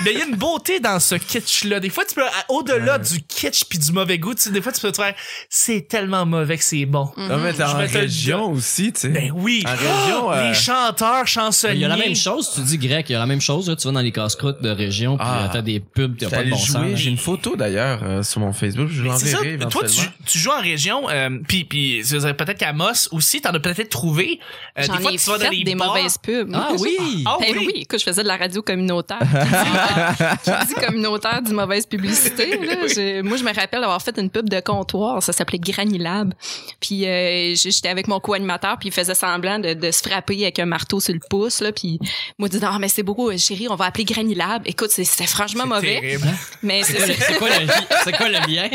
S1: Mais il y a une beauté dans ce kitsch-là. Des fois, tu peux, à- au-delà du kitsch puis du mauvais goût, tu sais, des fois, tu peux te faire, c'est tellement mauvais que c'est bon.
S2: Mm.
S5: Non, mais
S1: Je
S5: t'es en
S1: vais te le
S5: région aussi, tu sais.
S1: Ben oui.
S5: En région,
S1: Ah,
S5: euh,
S1: Les chanteurs, chansonniers.
S3: Il y a la même chose, tu dis grec, il y a la même chose, là, tu vas dans les casse-croûtes de région, puis
S5: Ah.
S3: t'as des pubs, t'as pas
S5: J'étais
S3: de
S5: allé
S3: bon
S5: jouer,
S3: sens. hein.
S5: J'ai une photo d'ailleurs euh, sur mon Facebook. Je
S1: Mais C'est ça.
S5: l'enverrai
S1: Toi, tu,
S5: éventuellement.
S1: tu joues en région, euh, puis puis c'est- c'est peut-être qu'à Moss aussi, t'en as peut-être trouvé. Euh,
S2: J'en ai fait des
S1: bars.
S2: mauvaises pubs.
S3: Ah oui!
S1: Ah
S2: Ben
S1: oui.
S2: oui. écoute, je faisais de la radio communautaire. Qui dit, qui dit communautaire, dit mauvaise publicité. là. J'ai- Moi, je me rappelle avoir fait une pub de comptoir. Ça s'appelait Granilab. Puis euh, j- j'étais avec mon co-animateur, puis il faisait semblant de, de se frapper avec un marteau sur le pouce. Là, puis il m'a dit, non, mais c'est beaucoup, euh, chérie, on va appeler Granilab. Écoute, c'est- c'était franchement mauvais.
S1: Terrible.
S2: Mais c'est-
S3: C'est quoi, le, c'est quoi le lien?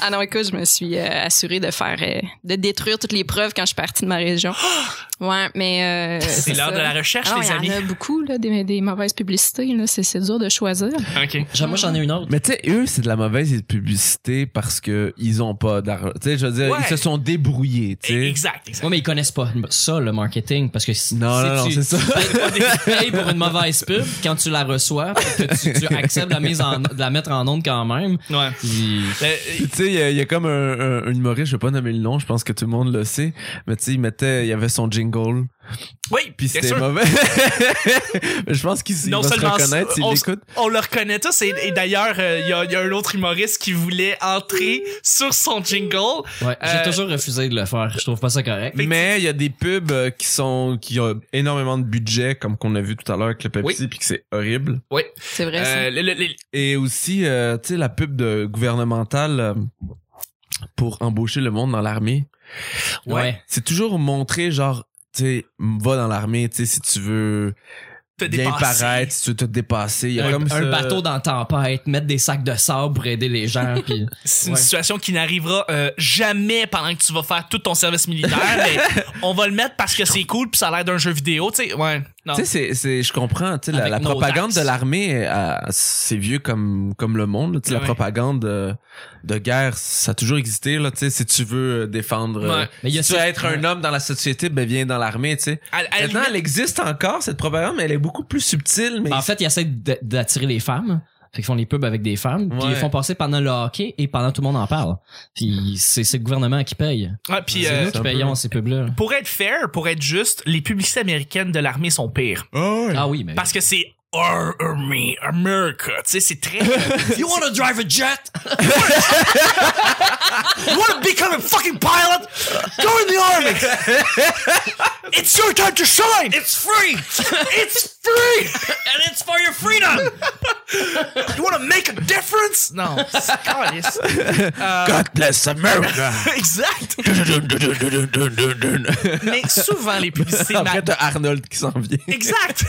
S2: ah non, écoute, je me suis euh, assurée de faire, euh, de détruire toutes les preuves quand je suis partie de ma région. Ouais, mais euh,
S1: C'est l'heure
S2: ça.
S1: de la recherche,
S2: Ah,
S1: les amis.
S2: Il y en a beaucoup, là, des, des mauvaises publicités. Là. C'est, c'est dur de choisir.
S1: OK.
S3: J'en- Moi, j'en ai une autre.
S5: Mais tu sais, eux, c'est de la mauvaise publicité parce que ils ont pas d'argent. Tu sais, je veux dire,
S1: Ouais.
S5: ils se sont débrouillés, tu sais.
S1: Exact, exact.
S3: Ouais, mais ils connaissent pas ça, le marketing, parce que si,
S5: Non,
S3: si
S5: non, non,
S3: tu,
S5: c'est ça.
S3: tu payes pour une mauvaise pub, quand tu la reçois, puis que tu, tu acceptes de la, mise en, de la mettre en onde quand même,
S1: Ouais.
S3: puis-
S1: Euh,
S5: Puis, Tu sais, il y a- il y, a comme un, un- un humoriste, je vais pas nommer le nom, je pense que tout le monde le sait, mais tu sais, il mettait, il y avait son jingle,
S1: oui,
S5: puis
S1: bien
S5: c'était
S1: sûr.
S5: mauvais. je pense qu'il il
S1: Non
S5: va se
S1: seulement ça,
S5: reconnaître s'il
S1: on s-
S5: l'écoute.
S1: On le reconnaît tous. Et, et d'ailleurs, euh, il y a- il y, a un autre humoriste qui voulait entrer sur son jingle.
S3: ouais, j'ai
S1: Euh,
S3: toujours refusé de le faire. Je trouve pas ça correct.
S5: Mais il y a des pubs euh, qui sont qui ont énormément de budget, comme qu'on a vu tout à l'heure avec le Pepsi, puis que c'est horrible.
S2: C'est vrai. ça.
S1: Euh, le- le- le-
S5: Et aussi, euh, tu sais, la pub de gouvernementale euh, pour embaucher le monde dans l'armée.
S3: Ouais.
S5: C'est toujours montré, genre, tu sais, m- va dans l'armée, tu sais, si tu veux
S1: te
S5: bien
S1: dépasser.
S5: paraître, tu veux te dépasser. Il y a
S3: un,
S5: comme
S3: un
S5: ce-
S3: bateau dans la tempête, mettre des sacs de sable pour aider les gens. puis-
S1: C'est une
S3: Ouais.
S1: situation qui n'arrivera euh, jamais pendant que tu vas faire tout ton service militaire, mais on va le mettre parce que c'est cool puis ça a l'air d'un jeu vidéo, tu sais. Ouais. Non.
S5: Tu sais, c'est, c'est, je comprends, tu sais, la,
S1: Ah. Avec
S5: la
S1: nos
S5: propagande
S1: taxes.
S5: de l'armée, euh, c'est vieux comme, comme le monde, là, tu sais,
S1: Ouais.
S5: la propagande euh, de, guerre, ça a toujours existé, là, tu sais, si tu veux euh, défendre, euh,
S1: Ouais.
S3: Mais il y a
S5: si tu
S3: ça-
S5: veux être un homme dans la société, ben viens dans l'armée, tu sais.
S1: À- à la
S5: Maintenant,
S1: limite-
S5: elle existe encore, cette propagande, mais elle est beaucoup plus subtile, mais
S3: En
S1: Ah.
S3: fait, ils essaient d- d'attirer les femmes. Fait qu'ils font les pubs avec des femmes, puis
S5: Ouais.
S3: ils font passer pendant le hockey et pendant tout le monde en parle. Puis c'est c'est le gouvernement qui paye.
S1: Ouais, puis,
S3: C'est
S1: euh,
S3: nous qui
S5: un peu-
S3: payons ces pubs-là.
S1: pour être fair, pour être juste, les publicités américaines de l'armée sont pires.
S3: Ah oui, mais.
S1: Parce que c'est Our Army, America. Tu sais, c'est très. you wanna drive a jet? you wanna become a fucking pilot? Go in the army! It's your time to shine! It's free! It's free! And it's for your freedom! you wanna make a difference? Non, c'est calice. Ah.
S5: God bless America!
S1: Exact!
S5: Après,
S1: Mais souvent, les publicités ma-
S5: t'as Arnold qui s'en vient.
S1: Exact.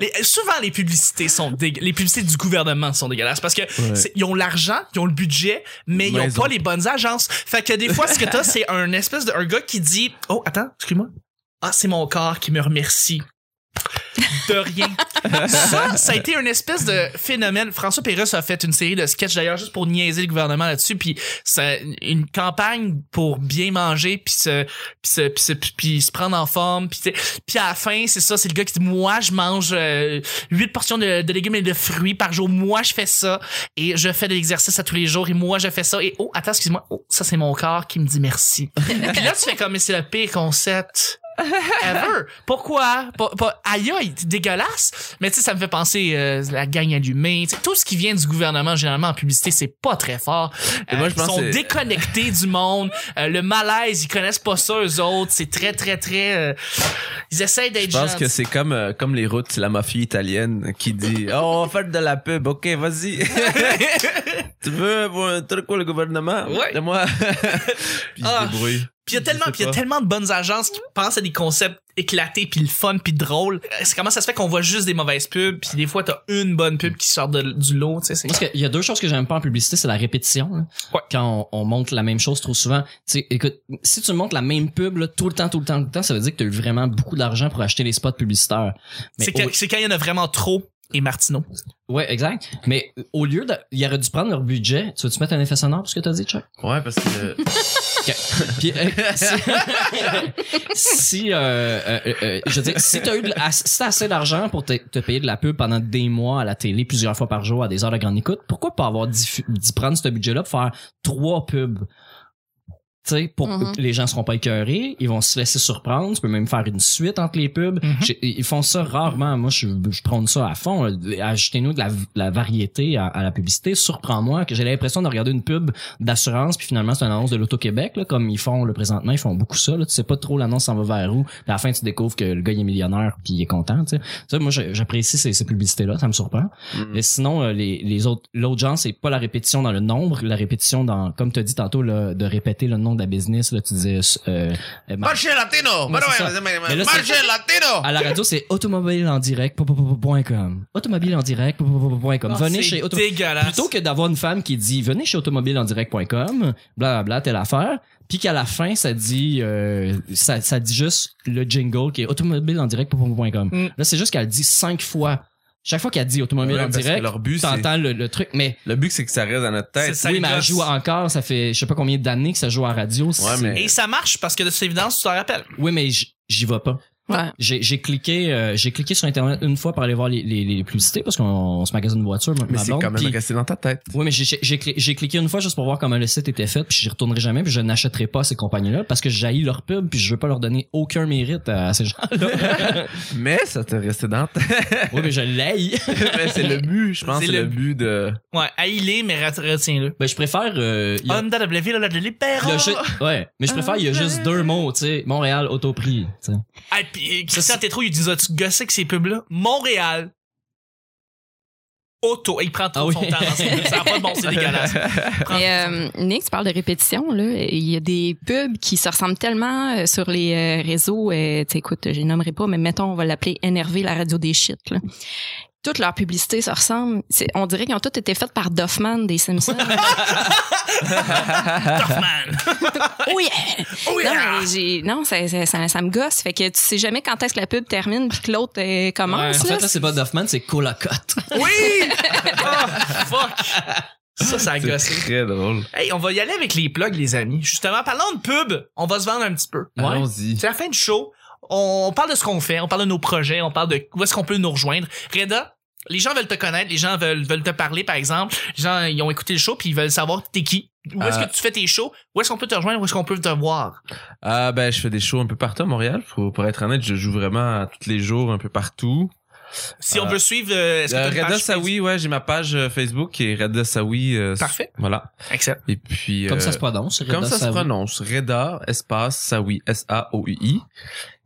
S1: Les- souvent les publicités sont dégue- les publicités du gouvernement sont dégueulasses parce que c'est- ils ont l'argent, ils ont le budget, mais ils
S5: Mais
S1: ont
S5: ils
S1: pas
S5: ont-
S1: les bonnes agences. Fait que des fois ce que t'as c'est un espèce de un gars qui dit "Oh, attends, excuse-moi. Ah, c'est mon corps qui me remercie." De rien. Ça, ça a été une espèce de phénomène. François Pérusse a fait une série de sketchs d'ailleurs juste pour niaiser le gouvernement là-dessus, puis ça, une campagne pour bien manger, puis se, puis se, puis se, puis se prendre en forme, puis tu sais, puis à la fin, c'est ça, c'est le gars qui dit moi je mange euh, huit portions de, de légumes et de fruits par jour, moi je fais ça et je fais de l'exercice à tous les jours et moi je fais ça et oh attends excuse-moi, oh ça c'est mon corps qui me dit merci. puis là tu fais comme mais c'est le pire concept ever. Pourquoi Pas- pas- Aïe aïe, c'est dégueulasse. Mais tu sais ça me fait penser euh, la gang allumée, Tu sais, tout ce qui vient du gouvernement généralement en publicité, c'est pas très fort. Euh,
S5: Et moi, je pense
S1: ils sont
S5: que c'est-
S1: déconnectés du monde, Euh, le malaise, ils connaissent pas ça eux autres, c'est très très très euh, ils essayent d'être
S5: Je pense
S1: gentils.
S5: que c'est comme, euh, comme les routes, la mafia italienne qui dit « Oh, on va faire de la pub, ok, vas-y. tu veux pour un truc pour le gouvernement?
S1: Ouais.
S5: moi Puis
S1: Ah.
S5: il se débrouille.
S1: Puis il y a tellement,
S5: Je sais
S1: puis il y a
S5: pas.
S1: tellement de bonnes agences qui pensent à des concepts éclatés, puis le fun, puis drôle. C'est comment ça se fait qu'on voit juste des mauvaises pubs, puis des fois t'as une bonne pub qui sort de- du lot, tu sais. c'est-
S3: Parce qu'il y a deux choses que j'aime pas en publicité, c'est la répétition. là.
S1: Ouais.
S3: Quand on, on montre la même chose trop souvent. Tu sais, écoute, si tu montres la même pub là, tout le temps, tout le temps, tout le temps, ça veut dire que tu as eu vraiment beaucoup d'argent pour acheter les spots publicitaires. Mais
S1: C'est que-
S3: au-
S1: c'est quand il y en a vraiment trop. Et Martineau.
S3: Ouais, exact. Mais au lieu de. Il aurait dû prendre leur budget. Tu veux-tu mettre un effet sonore pour ce que t'as dit, Chuck?
S5: Ouais, parce que...
S3: Puis, euh, si, si, euh, euh, euh, je veux dire, si t'as eu de- as- si t'as assez d'argent pour te, te payer de la pub pendant des mois à la télé plusieurs fois par jour à des heures de grande écoute, pourquoi pas avoir diffu- d'y prendre ce budget-là pour faire trois pubs? Tu sais, pour
S2: Mhm.
S3: les gens seront pas écœurés, ils vont se laisser surprendre, tu peux même faire une suite entre les pubs.
S1: Mhm.
S3: J'ai- Ils font ça rarement. Moi, je, je prends ça à fond. là. Ajoutez-nous de la, la variété à, à la publicité. Surprends-moi que j'ai l'impression de regarder une pub d'assurance, puis finalement, c'est une annonce de l'Auto-Québec, là, comme ils font le présentement, ils font beaucoup ça. Là. Tu sais pas trop l'annonce s'en va vers où. Puis à la fin, tu découvres que le gars il est millionnaire puis il est content. Tu sais. Ça, moi, je- j'apprécie ces, ces publicités-là, ça me surprend.
S5: Mm.
S3: Mais sinon, euh, les, les autres, l'autre genre, c'est pas la répétition dans le nombre, la répétition dans, comme tu as dit tantôt, là, de répéter le nom de la business. Là, tu disais euh, euh, mar-
S5: latino!
S3: Ouais, c'est ça. Ah, Mais là, c'est- Marché
S5: latino!
S3: à la radio, c'est automobile en direct. .com. Automobile en direct.
S5: Ah,
S2: Ah,
S3: .com. Venez
S1: C'est
S3: chez Auto-
S1: dégueulasse.
S3: Plutôt que d'avoir une femme qui dit venez chez automobileendirect.com, blablabla, telle affaire, puis qu'à la fin ça dit euh, ça, ça dit juste le jingle qui est automobileendirect.com.
S1: Mm.
S3: Là c'est juste qu'elle dit cinq fois. Chaque fois qu'elle dit automobile
S5: Ouais,
S3: en
S5: parce que
S3: direct,
S5: leur but, c'est-
S3: t'entends le, le truc, mais
S5: Le but, c'est que ça reste dans notre
S1: C'est
S5: tête.
S1: ça,
S3: oui,
S1: les
S3: mais elle
S1: gosses.
S3: joue encore, ça fait je sais pas combien d'années que ça joue à la radio. c'est-
S5: mais-
S1: Et ça marche parce que de toute évidence, tu t'en rappelles.
S3: Oui, mais j- j'y vais pas.
S2: Ouais.
S3: J'ai j'ai cliqué, euh, j'ai cliqué sur internet une fois pour aller voir les, les, les publicités parce qu'on on se magasine une voiture, ma-
S5: Mais
S3: ma
S5: c'est
S3: blonde,
S5: quand même
S3: puis-
S5: resté dans ta tête.
S3: Oui, mais j'ai- j'ai j'ai cli- j'ai cliqué une fois juste pour voir comment le site était fait, puis j'y retournerai jamais, puis je n'achèterai pas ces compagnies-là parce que j'haïs leur pub, puis je veux pas leur donner aucun mérite à, à ces gens-là.
S5: Mais ça t'est resté dans ta
S3: oui, mais je l'haïs.
S5: tête. Mais c'est le but, je pense,
S1: C'est
S5: c'est
S1: le-
S5: le but de...
S1: Ouais, haïlé, mais ret- retiens-le.
S3: Ben, je préfère. euh, il y a-
S1: Honda de Blainville, Honda de Libéro.
S3: il y a ju- ouais, mais je préfère, il y a juste deux mots, tu sais. Montréal, autoprix, tu sais.
S1: Ah, puis, euh, Christian Tétrault, il dit, tu gossé que ces pubs-là? Montréal. auto. Il prend trop
S3: Ah oui.
S1: son temps. dans ses pubs. Ça n'a pas de bon, c'est dégueulasse. Prends-
S2: Mais, euh, Nick, tu parles de répétition. Là. Il y a des pubs qui se ressemblent tellement euh, sur les euh, réseaux. euh, tu sais, écoute, je les nommerai pas, mais mettons, on va l'appeler NRV, la radio des shit. Là. Toute leur publicité se ressemble. C'est- On dirait qu'ils ont toutes été faites par Doffman des Simpsons.
S1: Dorfman.
S2: oh yeah!
S1: Oh yeah!
S2: Non, mais j'ai- non, ça, ça, ça- ça me gosse. Fait que tu sais jamais quand est-ce que la pub termine puis que l'autre euh,
S3: En
S2: commence. là.
S3: fait, là, c'est pas Duffman, c'est Colacotte.
S1: Oui! Oh, fuck! Ça, ça a gossé.
S5: Très drôle.
S1: Hey, on va y aller avec les plugs, les amis. Justement, parlant de pub, on va se vendre un petit peu.
S5: Allons-y.
S1: C'est la fin du show. On parle de ce qu'on fait, on parle de nos projets, on parle de où est-ce qu'on peut nous rejoindre. Reda, les gens veulent te connaître, les gens veulent, veulent te parler, par exemple. Les gens, ils ont écouté le show puis ils veulent savoir t'es qui. Où est-ce
S5: Euh,
S1: que tu fais tes shows? Où est-ce qu'on peut te rejoindre? Où est-ce qu'on peut te voir?
S5: Ah ben je fais des shows un peu partout à Montréal. Pour, pour être honnête, je joue vraiment à tous les jours un peu partout.
S1: Si on
S5: Euh,
S1: veut suivre, euh, est-ce que
S5: Euh,
S1: t'as une
S5: Reda
S1: page
S5: Saoui, ouais, j'ai ma page euh, Facebook qui est Reda Saoui. euh,
S1: Parfait.
S5: Voilà.
S1: Facebook? Excellent.
S5: Et puis
S3: Comme
S5: euh,
S3: ça se prononce. Reda
S5: comme ça se
S3: Saoui.
S5: prononce. Reda espace Saoui S A O U I.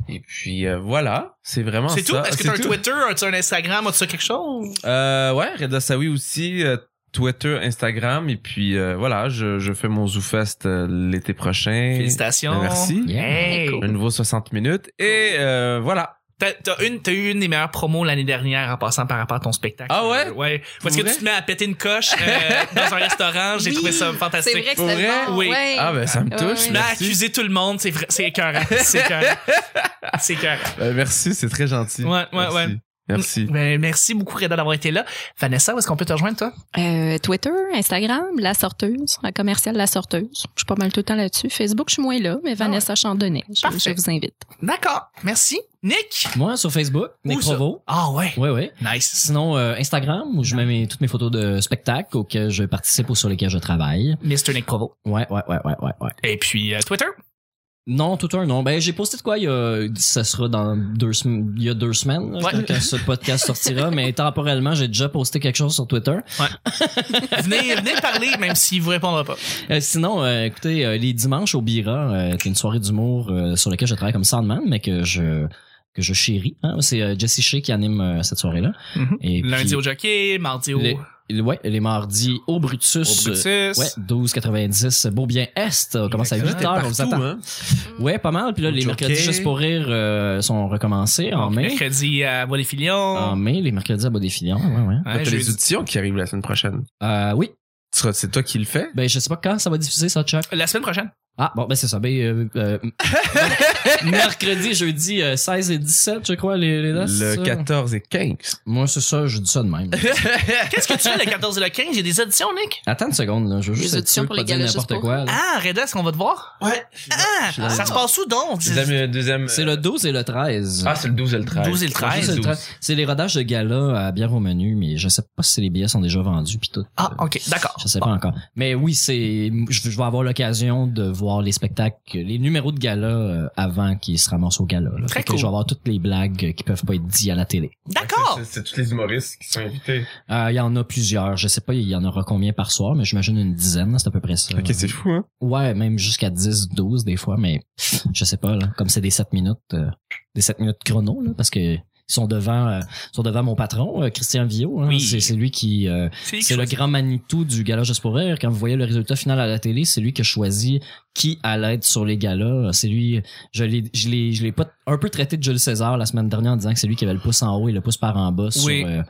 S5: Et puis euh, voilà, c'est vraiment
S1: C'est tout?
S5: ça.
S1: Est-ce que
S5: C'est
S1: t'as un
S5: tout.
S1: Twitter? As-tu un Instagram? As-tu quelque chose?
S5: Euh, ouais, Reda Saoui aussi, euh, Twitter, Instagram, et puis euh, voilà, je, je fais mon ZooFest euh, l'été prochain.
S1: Félicitations.
S5: Merci.
S1: Hey!
S5: Un nouveau 60 minutes. Et euh, voilà.
S1: T'as, t'as une, t'as eu une des meilleures promos l'année dernière en passant par rapport à ton spectacle.
S5: Ah ouais?
S1: Euh, ouais. Parce que
S5: vrai?
S1: tu te mets à péter une coche euh, dans un restaurant. J'ai
S2: Oui,
S1: trouvé ça fantastique.
S2: C'est vrai que
S5: Pour
S2: c'est
S5: vrai?
S2: bon.
S1: Oui.
S2: ouais.
S5: Ah ben ça me
S2: Ouais,
S5: touche.
S2: ouais.
S1: Tu m'as
S5: Merci.
S1: Bah, accusé tout le monde. C'est vrai, c'est écœurant. C'est écœurant. c'est écœurant.
S5: Euh, merci, c'est très gentil.
S1: Ouais, ouais,
S5: merci.
S1: ouais.
S5: Merci.
S1: Ben, merci beaucoup, Reda, d'avoir été là. Vanessa, où est-ce qu'on peut te rejoindre, toi?
S2: Euh, Twitter, Instagram, La Sorteuse, la commerciale La Sorteuse. Je suis pas mal tout le temps là-dessus. Facebook, je suis moins là, mais Vanessa Chandonnet, je,
S1: Parfait.
S2: je vous invite.
S1: D'accord. Merci. Nick?
S3: Moi, sur Facebook, Nick
S1: Où ça?
S3: Provo.
S1: Ah ouais.
S3: Ouais, ouais.
S1: Nice.
S3: Sinon, euh, Instagram, où je mets mes- toutes mes photos de spectacles auxquels je participe ou sur lesquels je travaille.
S1: Mr. Nick Provo.
S3: Ouais, ouais, ouais, ouais, ouais, ouais.
S1: Et puis, euh, Twitter?
S3: Non, tout un non. Ben, j'ai posté de quoi il y a, ça sera dans deux semaines, il y a deux semaines, là,
S1: Ouais.
S3: quand que ce podcast sortira, mais temporellement, j'ai déjà posté quelque chose sur Twitter.
S1: Venez, venez parler, même s'il vous répondra pas.
S3: Euh, sinon, euh, écoutez, euh, les dimanches au Bira, euh, qui est une soirée d'humour euh, sur laquelle je travaille comme soundman, mais que je que je chéris. hein. C'est euh, Jesse Shea qui anime euh, cette soirée-là.
S5: Mm-hmm.
S1: Mhm.
S3: Et
S1: Lundi
S3: puis,
S1: au jockey, mardi au,
S3: Les- il- ouais, les mardis au Brutus.
S1: au Brutus.
S3: euh, Ouais, 12,90, beau bien Est. On commence à 8
S5: Exactement.
S3: heures, on vous
S5: Partout,
S3: attend.
S5: hein.
S3: Ouais, pas mal. Puis là, les
S5: Jockey.
S3: mercredis juste pour rire euh, sont recommencés
S5: Ah,
S3: en mai.
S1: Mercredi à Bois des Filions.
S3: En mai, les mercredis à Bas des Filions, ouais, ouais.
S1: Ouais,
S5: Toi, Ah, T'as les
S1: jeudi.
S5: auditions qui arrivent la semaine prochaine.
S3: Euh, oui.
S5: Tu seras- C'est toi qui le fais?
S3: Ben, je sais pas quand ça va diffuser, ça, Chuck.
S1: La semaine prochaine.
S3: Ah, bon, ben, c'est ça. Ben, euh, euh, mercredi, jeudi, euh, 16 et 17, je crois, les, les dates, c'est
S5: Le
S3: ça?
S5: 14 et 15.
S3: Moi, c'est ça, je dis ça de même.
S1: Qu'est-ce que tu fais le 14 et le 15? J'ai des auditions, Nick.
S3: Attends une seconde, là. Je veux juste
S2: Les
S3: être
S2: auditions
S3: sûr de
S2: pour
S3: pas
S2: les
S3: dire
S2: galas juste
S3: n'importe
S2: pour-
S3: quoi, là.
S1: Ah, Reda, est-ce qu'on va te voir?
S5: Ouais.
S1: Ah,
S5: Je suis là.
S1: ça se passe où donc?
S5: Deuxième, euh, deuxième.
S3: C'est le 12 et le 13.
S5: Ah, c'est le 12 et le 13.
S1: 12 et le 13.
S3: C'est le
S5: 12.
S3: 13. C'est les rodages de gala à bière au menu, mais je sais pas si les billets sont déjà vendus puis tout.
S1: Ah,
S3: Euh,
S1: ok, d'accord.
S3: Je sais pas encore. Mais oui, c'est je, je vais avoir l'occasion de voir les spectacles, les numéros de gala euh, avant qu'ils se ramassent au gala. là.
S1: Très
S3: Fait que
S1: cool.
S3: Je vais avoir toutes les blagues qui peuvent pas être dites à la télé.
S1: D'accord.
S5: C'est- C'est tous les humoristes qui sont invités.
S3: Euh, Il y en a plusieurs. Je sais pas, il y en aura combien par soir, mais j'imagine une dizaine, c'est à peu près ça.
S5: Ok, c'est fou, hein?
S3: Ouais, même jusqu'à 10, 12 des fois, mais je sais pas, là, comme c'est des 7 minutes, euh, des 7 minutes chrono, là, parce que ils sont devant, euh, ils sont devant mon patron, euh, Christian Villot. hein.
S1: Oui.
S3: C'est c'est lui qui... euh, c'est le grand Manitou du gala Juste pour rire. Quand vous voyez le résultat final à la télé, c'est lui qui a choisi qui allait être sur les galas. C'est lui... Je l'ai je l'ai- je l'ai pas un peu traité de Jules César la semaine dernière en disant que c'est lui qui avait le pouce en haut et le pouce par en
S1: Oui.
S3: bas sur, euh,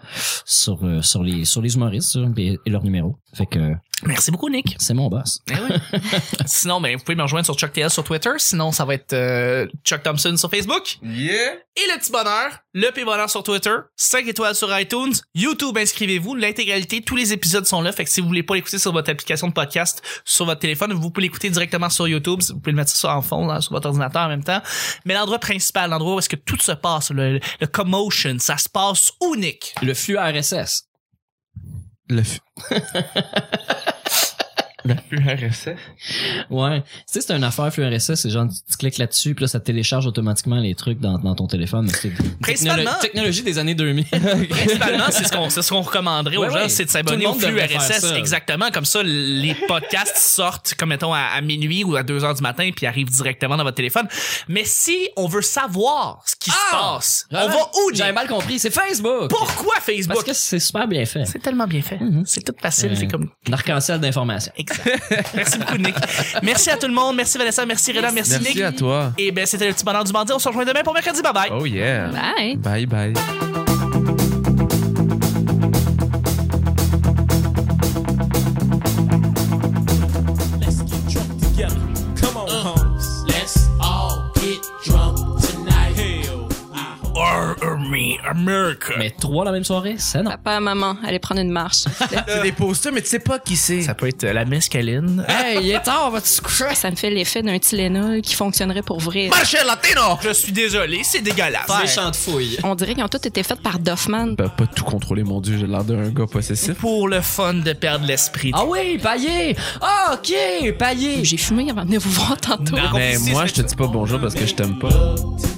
S3: sur, euh, sur, les, sur les humoristes ça, et, et leurs numéros. Fait que euh,
S1: Merci beaucoup, Nick.
S3: c'est mon boss.
S1: Eh oui. sinon, ben, vous pouvez me rejoindre sur Chuck TL sur Twitter. Sinon, ça va être euh, Chuck Thompson sur Facebook.
S5: Yeah!
S1: Et le petit bonheur, le petit bonheur sur Twitter, 5 étoiles sur iTunes, YouTube, inscrivez-vous. L'intégralité, tous les épisodes sont là. Fait que si vous voulez pas l'écouter sur votre application de podcast, sur votre téléphone, vous pouvez l'écouter directement sur YouTube. Vous pouvez le mettre ça en fond, là, sur votre ordinateur en même temps. Mais l'endroit principal, l'endroit où est-ce que tout se passe, le, le commotion, ça se passe où, Nick?
S3: Le flux RSS.
S5: Le f- La URSS.
S3: Ouais. Tu sais, c'est une affaire FluRSS, c'est genre, tu, tu cliques là-dessus, puis là, ça te télécharge automatiquement les trucs dans, dans ton téléphone. Mais c'est une
S1: Principalement-
S3: technolo- technologie des années 2000.
S1: Principalement, c'est ce qu'on c'est ce qu'on recommanderait
S3: Ouais,
S1: aux gens,
S3: ouais.
S1: c'est de
S3: Tout
S1: s'abonner
S3: le
S1: au
S3: monde
S1: flux
S3: devrait faire
S1: RSS.
S3: ça.
S1: Exactement. Comme ça, les podcasts sortent, comme mettons, à, à minuit ou à 2 heures du matin, puis arrivent directement dans votre téléphone. Mais si on veut savoir ce qui se
S3: Ah!
S1: passe, on va où,
S3: J'avais
S1: Jim?
S3: mal compris, c'est Facebook!
S1: Pourquoi
S3: Parce
S1: Facebook?
S3: que c'est super bien fait.
S1: C'est tellement bien fait.
S3: Mhm.
S1: C'est tout facile.
S3: Euh.
S1: C'est comme.
S3: L'arc-en-ciel d'information.
S1: Exact. merci beaucoup, Nick. Merci à tout le monde. Merci, Vanessa. Merci, Reda. Merci,
S5: Merci
S1: Nick.
S5: à toi.
S1: Et ben, c'était le petit bonheur du mardi. On se rejoint demain pour mercredi. Bye bye.
S5: Oh yeah.
S2: Bye.
S5: Bye bye.
S6: Let's get drunk together. Come on, homes. Let's all get drunk tonight. Hell, I hope
S3: Mais trois la même soirée, c'est non.
S2: Papa, maman, allez prendre une marche. s'il vous plaît.
S5: C'est des posters, mais tu sais pas qui c'est.
S1: Ça peut être euh, la mescaline.
S3: Hey, il est tard, va tu se coucher?
S2: Ça me fait l'effet d'un Tylenol qui fonctionnerait pour vrai.
S5: Marché Latino!
S1: Je suis désolé, c'est dégueulasse.
S3: Méchant de fouille.
S2: On dirait qu'ils ont tous été faits par Doffman.
S5: Ben, pas tout contrôler, mon dieu, j'ai l'air d'un gars possessif.
S1: Pour le fun de perdre l'esprit.
S3: Ah oui, paillé! Ah, ok, paillé!
S2: J'ai fumé avant de venir vous voir tantôt.
S1: Non.
S5: Mais
S1: Si,
S5: moi,
S1: c'est-
S5: je te dis pas bonjour parce que je t'aime pas.
S6: love